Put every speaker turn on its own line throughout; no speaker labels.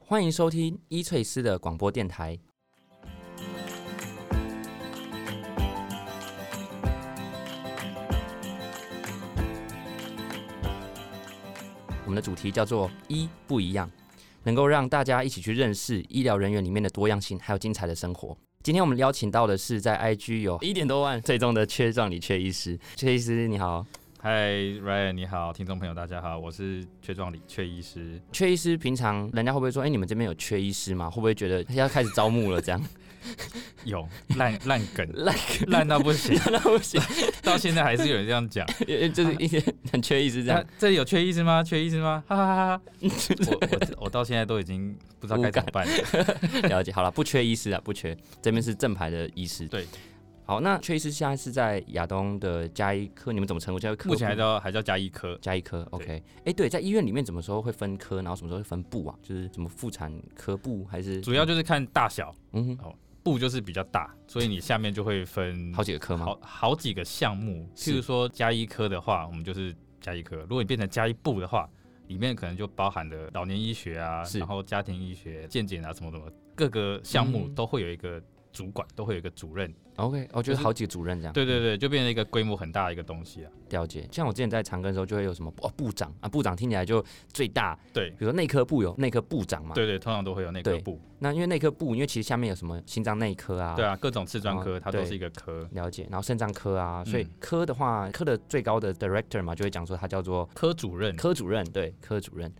欢迎收听伊翠丝的广播电台。我们的主题叫做“医不一样”，能够让大家一起去认识医疗人员里面的多样性，还有精彩的生活。今天我们邀请到的是在 IG 有一点多万最终的缺壮里缺医师，缺医师你好。
嗨，Ryan，你好，听众朋友大家好，我是缺壮李缺医师。
缺医师平常人家会不会说，哎、你们这边有缺医师吗？会不会觉得要开始招募了 这样？
有烂烂梗，
烂
烂到不 行，
那不行，
到现在还是有人这样讲。
就是一些 很缺医师这
那
样。
这里有缺医师吗？缺医师吗？哈哈哈哈！我我我到现在都已经不知道该怎么办了。
了解，好了，不缺医师啊，不缺，这边是正牌的医师。
对，
好，那缺医师现在是在亚东的加医科，你们怎么称呼？加科？
目前还叫还叫加医科，
加医科，OK。哎、对，在医院里面怎么时候会分科，然后什么时候会分部啊？就是什么妇产科部还是
主要就是看大小，
嗯哼
部就是比较大，所以你下面就会分
好几个科吗？
好好几个项目。
是
譬如说加医科的话，我们就是加医科；如果你变成加医部的话，里面可能就包含的老年医学啊，
是
然后家庭医学、健检啊，什么什么，各个项目
嗯
都会有一个主管，都会有一个主任。
，OK，哦，就
就是是
好几个主任这样。
对对对，就变成一个规模很大的一个东西啊。
了解，像我之前在长庚的时候，就会有什么哦部长啊，部长听起来就最大，
对
比如说内科部有内科部长嘛，
对对，通常都会有那
对
个部，
那因为内科部，因为其实下面有什么心脏内科啊，
对啊，各种次专
哦
科它都
对
是一个科。
了解，然后肾脏科啊，所以
嗯
科的话，科的最高的 director 嘛，就会讲说他叫做
科主任
科主任，对，科主任，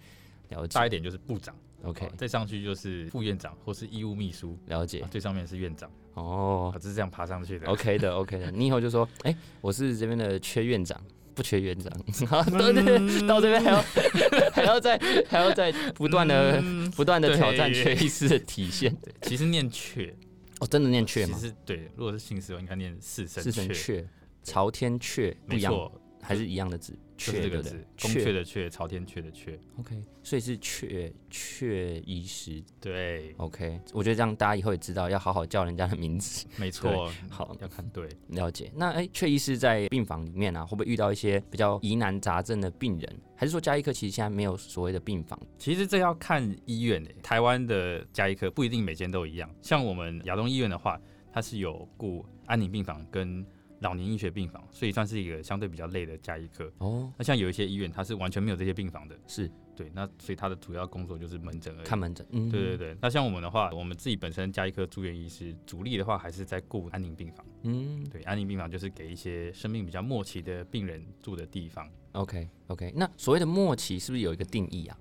了
大
解
一点就是部长
，OK，
哦再上去就是副院长或是医务秘书，
了解
啊，最上面是院长，
哦
啊，这是这样爬上去的。
，OK 的，OK 的，你以后就说，哎，我是这边的缺院长。不缺院长，好，
嗯
对对对， 到这边还要 还要再还要再不断的
嗯
不断的挑战
对
缺医师的体现。
对，其实念阙，
哦，真的念阙
其
吗？
实对，如果是姓氏，我应该念四声
是神
阙，
阙，朝天阙不
没
一样，
错，
还是一样的字，
就是
阙
这
对
个
不
字
对？，
宫阙的阙，朝天阙的阙，
OK，所以是确确医师
对，
OK，我觉得这样大家以后也知道要好好叫人家的名字。
没错，
好，
要看对。
了解。那哎，确医师在病房里面啊，会不会遇到一些比较疑难杂症的病人？还是说加医科其实现在没有所谓的病房？
其实这要看医院诶、台湾的加医科不一定每间都一样，像我们亚东医院的话，它是有顾安宁病房跟老年医学病房，所以算是一个相对比较累的加医科。
哦，
那像有一些医院，它是完全没有这些病房的，
是
对，那所以它的主要工作就是门诊而已。
看门诊。嗯，
对对，对，那像我们的话，我们自己本身加一科住院医师，主力的话还是在顾安宁病房。
嗯
对，安宁病房就是给一些生命比较末期的病人住的地方。
，OK OK。那所谓的末期是不是有一个定义啊？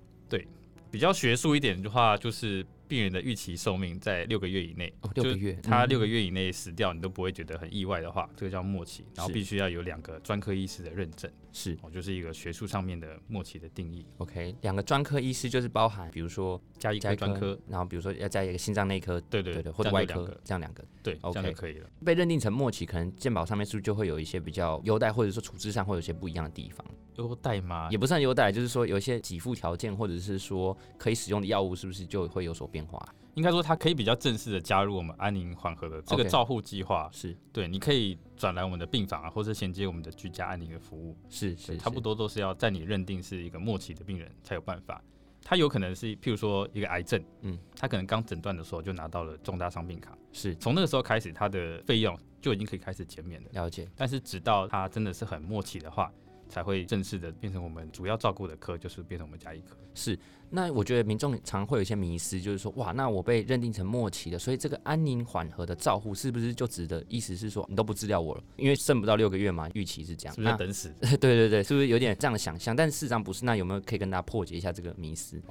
比较学术一点的话，就是病人的预期寿命在六个月以内。
哦，六个
就
月，
他
嗯
六个月以内死掉，你都不会觉得很意外的话，这个叫末期。然后
是
必须要有两个专科医师的认证，
嗯是
哦，就是一个学术上面的末期的定义。
OK。两个专科医师就是包含，比如说
加一
加
科专科，，
然后比如说要加一个心脏内科，
对对
对对，
对，
或者
这
外
样就两
科
个，
这样两个。
对，这
OK
样就可以了。
被认定成末期，可能健保上面是不是就会有一些比较优待，或者说处置上会有一些不一样的地方？
优待吗？
也不算优待，就是说有一些给付条件，或者是说可以使用的药物，是不是就会有所变化？
应该说，它可以比较正式的加入我们安宁缓和的这个
OK
照护计划。
是
对，你可以转来我们的病房啊，或是衔接我们的居家安宁的服务。
是
对
是，
差不。多都是要在你认定是一个末期的病人才有办法。他有可能是，譬如说一个癌症，
嗯
嗯，他可能刚诊断的时候就拿到了重大伤病卡，
是
从那个时候开始，他的费用就已经可以开始减免了。
了解，
但是直到他真的是很末期的话，才会正式的变成我们主要照顾的科，就是变成我们加医科。
是。那我觉得民众常会有一些迷失，就是说，哇，那我被认定成末期了，所以这个安宁缓和的照护是不是就值得？意思是说，你都不治疗我了，因为剩不到六个月嘛，预期是这样。
是不是
那
要等死？
对对对，是不是有点这样的想象？但事实上不是。那有没有可以跟大家破解一下这个迷 思？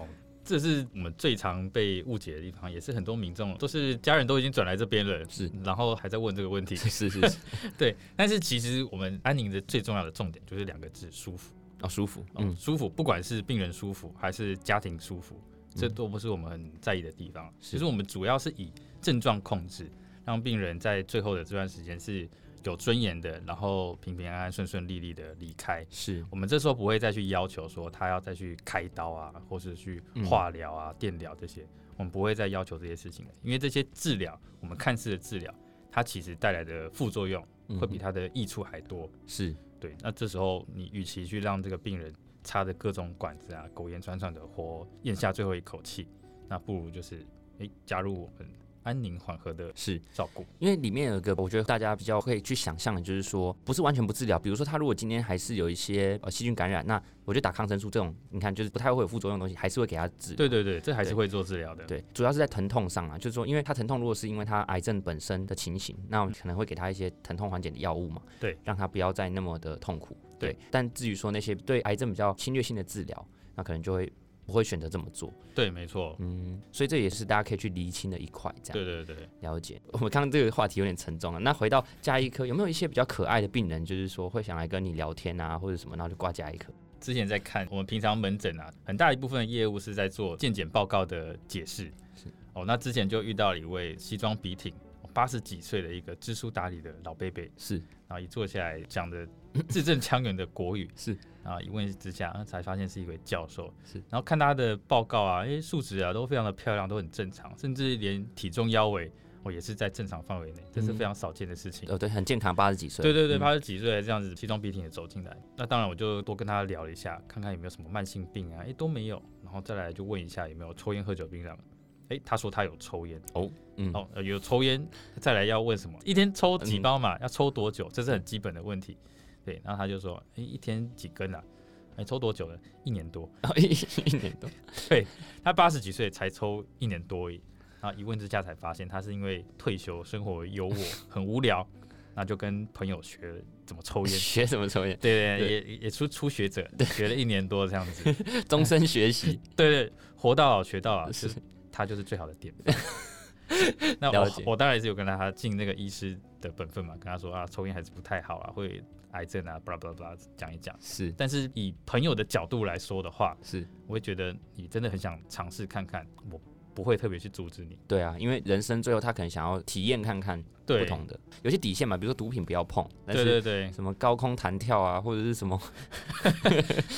这是我们最常被误解的地方，也是很多民众都是家人都已经转来这边了，
是，
然后还在问这 个问题。
是是是，
对，但是其实我们安宁的最重要的重点就是两个字：舒服。
哦，舒服，
嗯、
嗯，
舒服，不管是病人舒服还是家庭舒服，这都不是我们很在意的地方。
嗯是
其实我们主要是以症状控制，让病人在最后的这段时间是有尊严的，然后平平安安、顺顺利利的离开。
是
我们这时候不会再去要求说他要再去开刀啊，或是去
嗯
化疗啊、电疗这些，我们不会再要求这些事情了，因为这些治疗，我们看似的治疗，它其实带来的副作用会
嗯
比它的益处还多。
是
对，那这时候你与其去让这个病人插着各种管子啊、苟延残喘的活咽下最后一口气，那不如就是诶、加入我们安宁缓和的
是
照顾。
因为里面有一个，我觉得大家比较可以去想象的，就是说不是完全不治疗。比如说，他如果今天还是有一些呃细菌感染，那我觉得打抗生素这种，你看就是不太会有副作用的东西，还是会给他治。
对对对，这还是
对
会做治疗的。
对，主要是在疼痛上啊，就是说，因为他疼痛如果是因为他癌症本身的情形，那我们可能会给他一些疼痛缓解的药物嘛，
对，
让他不要再那么的痛苦。
对
但至于说那些对癌症比较侵略性的治疗，那可能就会不会选择这么做。
对，没错。
嗯，所以这也是大家可以去厘清的一块，这样。
对对对，
了解， 我们刚刚这个话题有点沉重了。那回到加医科，有没有一些比较可爱的病人，就是说会想来跟你聊天啊，或者什么，然后就挂加医科？
之前在看我们平常门诊啊，很大一部分的业务是在做健检报告的解释。
是
哦，那之前就遇到了一位西装笔挺、哦八十几岁的一个知书达理的老贝贝，
是
然后一坐下来讲的字正腔圆的国语，
是，
然后一问之下啊才发现是一位教授，
是，
然后看他的报告啊，诶，数值啊都非常的漂亮，都很正常，甚至连体重腰围我、哦也是在正常范围内，这是
嗯
非常少见的事情。
呃，对，很健康，八十几岁。
对对对，
嗯
八十几岁这样子西装笔挺的走进来，那当然我就多跟他聊了一下，看看有没有什么慢性病啊，诶，都没有，然后再来就问一下有没有抽烟喝酒槟榔，诶，他说他有抽烟，
嗯，
哦，呃有抽烟，再来要问什么？一天抽几包嘛？要抽多久？这是很基本的问题。对，然后他就说，哎、一天几根啊？哎、抽多久呢？一年多。
一一年多，
他八十几岁才抽一年多而已。然后一问之下才发现，他是因为退休，生活有我很无聊，那就跟朋友学怎么抽烟。
学什么抽 烟？
对对，也也初初学者，学了一年多这样 子。
终身学习。
对对，活到老学到老，就是他就是最好的 典范。那
了
我
解
我当然是有跟他尽那个医师的本分嘛，跟他说啊，抽烟还是不太好啊，会癌症啊，巴拉巴拉巴拉讲一讲。
是
但是以朋友的角度来说的话，
是，
我会觉得你真的很想尝试看看，我不会特别去阻止你。
对啊，因为人生最后他可能想要体验看看不
对，
同的，有些底线嘛，比如说毒品不要碰，但
对
是
对对
什么高空弹跳啊，或者是什么，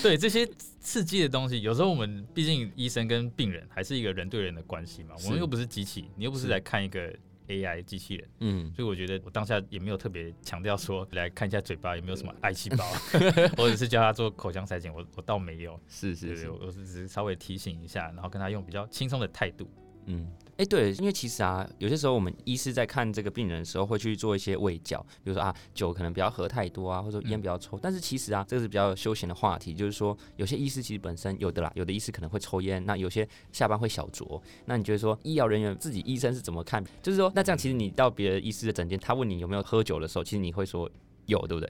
对，这些刺激的东西，有时候我们毕竟医生跟病人还是一个人对人的关系嘛，我
是
们又不是机器，你又不是
是
来看一个 AI 机器人。
嗯，
所以我觉得我当下也没有特别强调说来看一下嘴巴有没有什么癌细胞， 或者是叫他做口腔筛检，我我倒没有，
是是
对
是
对，，我我只是稍微提醒一下，然后跟他用比较轻松的态度，
嗯，哎、对，因为其实啊，有些时候我们医师在看这个病人的时候，会去做一些卫教，比如说啊，酒可能不要喝太多啊，或
嗯
者说烟不要抽。但是其实啊，这个是比较休闲的话题，就是说有些医师其实本身有的啦，有的医师可能会抽烟，那有些下班会小酌。那你觉得说医疗人员自己医生是怎么看？就是说，那这样其实你到别的医师的诊间，他问你有没有喝酒的时候，其实你会说有，对不对？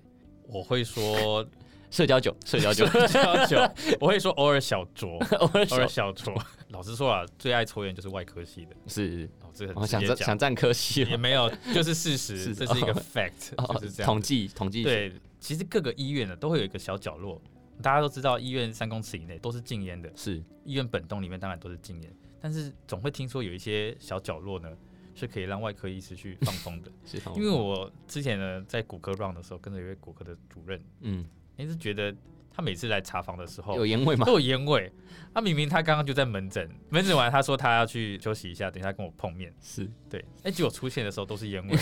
我会 说
社交酒，社交 酒，
小酒，我会说偶尔小酌，
偶尔
偶
小
尔小酌。 老实说啊，最爱抽烟就是外科系的，
是，
哦，这
我
很直
想
接
占
讲
想，占科系
也
了，
没有，就是事
是
实，这是一个 fact，
哦
就是这样
统。计统计学
对，其实各个医院呢都会有一个小角落，大家都知道医院三公尺以内都是禁烟的。
是
医院本栋里面当然都是禁烟，但是总会听说有一些小角落呢是可以让外科医师去放松的。
是统，
因为我之前呢在骨科 round 的时候，跟着一位骨科的主任，
嗯
你是觉得他每次来查房的时候
有烟味 吗？
都有烟味。他明明他刚刚就在门诊，门诊完他说他要去休息一下，等一下跟我碰面。
是
对，哎、结果出现的时候都是烟味。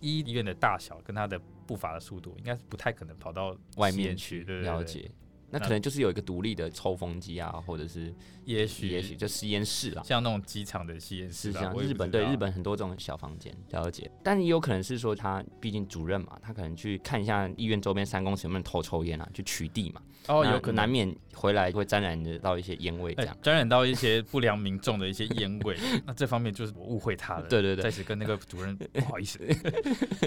医院的大小跟他的步伐的速度，应该是不太可能跑到
外
吸
面
烟
去
区对对
了
对
解。那
那
可能就是有一个独立的抽风机啊，或者是
也许
也许就实验室啦，
像那种机场的吸烟室
是这
吧，
样。
啊我也
日
不
本
知
对
道
日本很多这种小房间，了解。但也有可能是说他毕竟主任嘛，他可能去看一下医院周边三公尺有没有人偷抽烟啊，去取缔嘛。
哦，
那
有可能
难免回来会沾染得到一些烟味这
哎
样。
沾染到一些不良民众的一些烟 味，那这方面就是我误会他了。
对对对
在此跟那个主任不好 意思。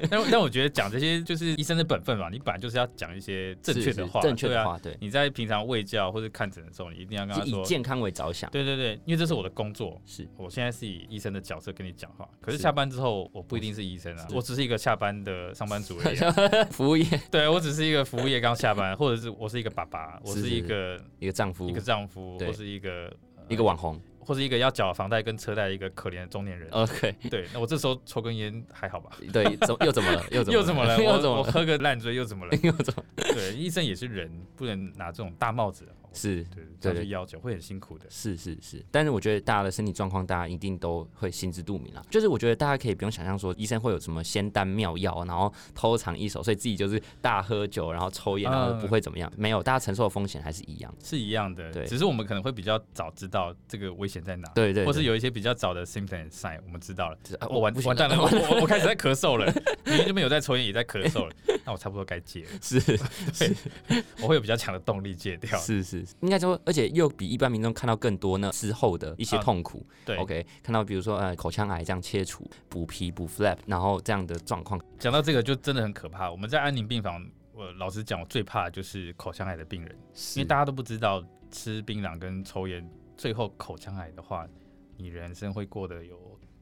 但但我觉得讲这些就是医生的本分嘛，你本来就是要讲一些正确
是
的
是
话，
正确
对
的
啊。
话，对，
你在平常卫教或者看诊的时候，你一定要跟他
是以
说，
健康为着想，
对对对，因为这是我的工作。
是
我现在是以医生的角色跟你讲话，可是
是
下班之后我不一定是医生啊，
是
我只是一个下班的上班族而已啊、
服务业
对我只是一个服务业刚下 班，或者是我是一个爸爸，我
是
是
是
一个
一个丈夫
一，个丈夫，
对
或是一个、呃
一个网红。
或是一个要缴房贷跟车贷的一个可怜的中年人。
OK，
对，那我这时候抽根烟还好吧？
对，怎又怎么了？又怎么
又怎 么了？
又
我
怎么
我
了？？
喝个烂醉又怎么了
又怎么？
对，医生也是人，不能拿这种大帽子。
是
对对，
对
这样
对
去要求会很辛苦的。
是是是，但是我觉得大家的身体状况，大家一定都会心知肚明啦。就是我觉得大家可以不用想象说医生会有什么仙丹妙药，然后偷藏一手，所以自己就是大喝酒，然后抽烟，然后
嗯
不会怎么样。没有，大家承受的风险还是一样。
是一样的，
对
只是我们可能会比较早知道这个危险在哪，
对对
啊或是
对
有一些比较早的 symptom sign，我们知道了，
就是啊
我完
不行
完蛋了，我我我开始在咳嗽了， 明明就没有在抽烟，也在咳嗽了，那我差不多该戒了，
是
我会有比较强的动力 戒掉。
是是，应该说，而且又比一般民众看到更多呢之后的一些
啊
痛苦。
对
OK，看到比如说呃口腔癌这样切除、补皮、补 flap，然后这样的状况。
讲到这个就真的很可怕，我们在安宁病房，我老实讲，我最怕的就是口腔癌的病人，因为大家都不知道吃槟榔跟抽烟，最后口腔癌的话，你人生会过得有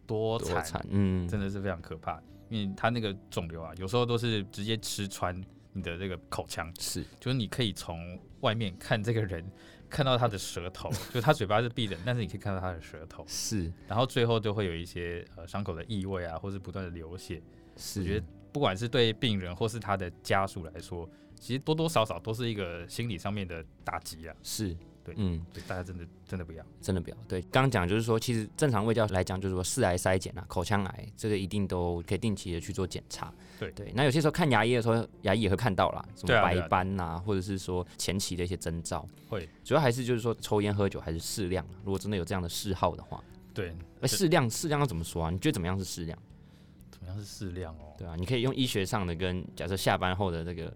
多
多
惨，
惨，嗯，
真的是非常可怕。因为它那个肿瘤啊，有时候都是直接吃穿你的这个口腔，
是
就是你可以从外面看这个人，看到他的舌头， 就是他嘴巴是闭着，但是你可以看到他的舌头，
是
然后最后就会有一些呃伤口的异味啊，或是不断的流血。
是，
我觉得不管是对病人或是他的家属来说，其实多多少少都是一个心理上面的打击啊。
是，
对
嗯。
对，大家真的真的不要。
真的不要。对，刚刚讲就是说，其实正常卫教来讲，就是说四癌筛检啊、口腔癌这个一定都可以定期的去做检查。
对
对，那有些时候看牙医的时候，牙医也会看到啦，什
对
么
啊
白
对啊
斑呐、或者是说前期的一些征兆。
会，
主要还是就是说抽烟喝酒还是适量啊。如果真的有这样的嗜好的话，
对，
哎，适量适量要怎么说啊？你觉得怎么样是适量？
怎么样是适量哦？
对啊，你可以用医学上的跟假设下班后的这个，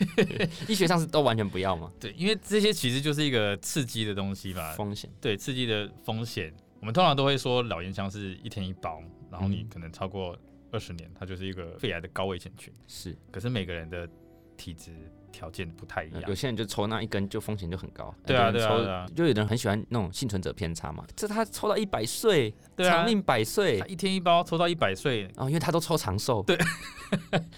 医学上是都完全不要 嘛？
对，因为这些其实就是一个刺激的东西嘛，
风险
对刺激的风险，我们通常都会说老烟枪是一天一包，然后你
嗯
可能超过二十年，它就是一个肺癌的高危险群。
是、
可是每个人的体质条件不太一
呃
样
有，些人就抽那一根就风险就很高。
对啊
有的人
对啊
抽
对啊
就有的人很喜欢那种幸存者偏差嘛，这他抽到一百岁，
对啊
长，命百岁
他一天一包抽到一百岁，
哦，因为他都抽长寿。对，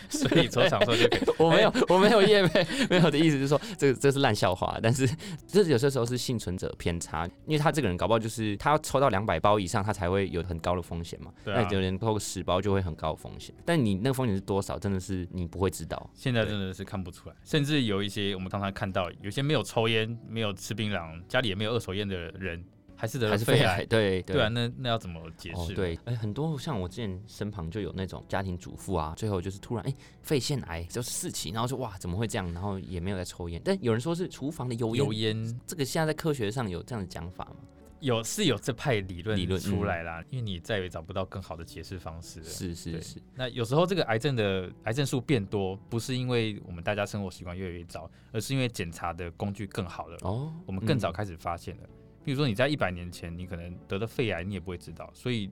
所以抽长寿就可以。
我没有，我没有叶配，没有的意思就是说，这这是烂笑话，但是这有些时候是幸存者偏差，因为他这个人搞不好就是他要抽到两百包以上，他才会有很高的风险嘛。
对啊
那有人抽个十包就会很高的风险，但你那个风险是多少，真的是你不会知道。
现在真的是看不出来，甚至有一些我们常常看到，有些没有抽烟、没有吃槟榔、家里也没有二手烟的人，还是得
还
了
是肺癌，
癌。
对
对啊，那那要怎么解
哦
释？，
对，哎、很多像我之前身旁就有那种家庭主妇啊，最后就是突然哎、肺腺癌就四期，然后说哇怎么会这样，然后也没有在抽烟，但有人说是厨房的油烟，
油烟
这个现在在科学上有这样的讲法吗？
有是有这派理
理论嗯
论出来啦，因为你再也找不到更好的解释方式了。
是是
对
是，
那有时候这个癌症的癌症数变多，不是因为我们大家生活习惯越来越糟，而是因为检查的工具更好了，
哦，
我们更早
嗯
开始发现了。比如说你在一百年前，你可能得了肺癌，你也不会知道，所以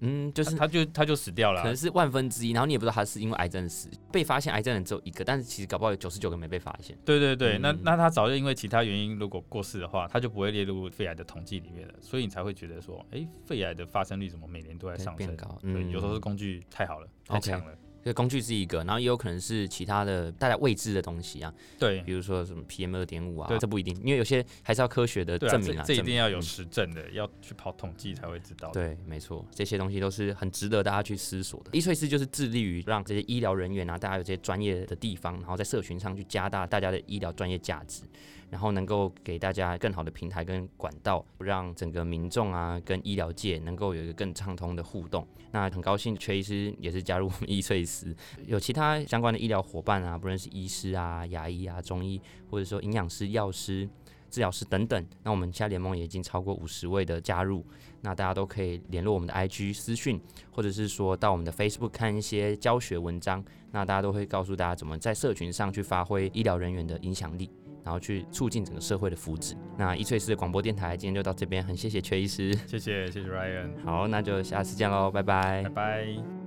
嗯，就
他
是
他就他就死掉了
可
啊、
能是万分之一，然后你也不知道他是因为癌症死，被发现癌症的人只有一个，但是其实搞不好有九十九个没被发现。
对对对，那
嗯
那他早就因为其他原因如果过世的话，他就不会列入肺癌的统计里面了，所以你才会觉得说，哎、肺癌的发生率怎么每年都在
对
上
变
升？
高嗯
对，有时候是工具太好了，太
OK
强了。
这工具是一个，然后也有可能是其他的大家未知的东西啊，
对
比如说什么 PM 二点五啊
嗯对，
这不一定，因为有些还是要科学的
对啊，
证明啊，
这这一
证明
定要有
嗯
实证的，要去跑统计才会知道。，
对，没错，这些东西都是很值得大家去思索的。医税师就是致力于让这些医疗人员啊，大家有这些专业的地方，然后在社群上去加大大家的医疗专业价值，然后能够给大家更好的平台跟管道，让整个民众啊跟医疗界能够有一个更畅通的互动。那很高兴崔医师也是加入我们医税师，有其他相关的医疗伙伴啊，不论是医师啊、牙医啊、中医，或者说营养师、药师。治疗师等等，那我们现在联盟也已经超过五十位的加入，那大家都可以联络我们的 IG 私讯，或者是说到我们的 Facebook 看一些教学文章，那大家都会告诉大家怎么在社群上去发挥医疗人员的影响力，然后去促进整个社会的福祉。那一翠师的广播电台今天就到这边，很谢谢缺医师，
谢谢谢谢 Ryan，
好，那就下次见喽，拜拜
拜拜。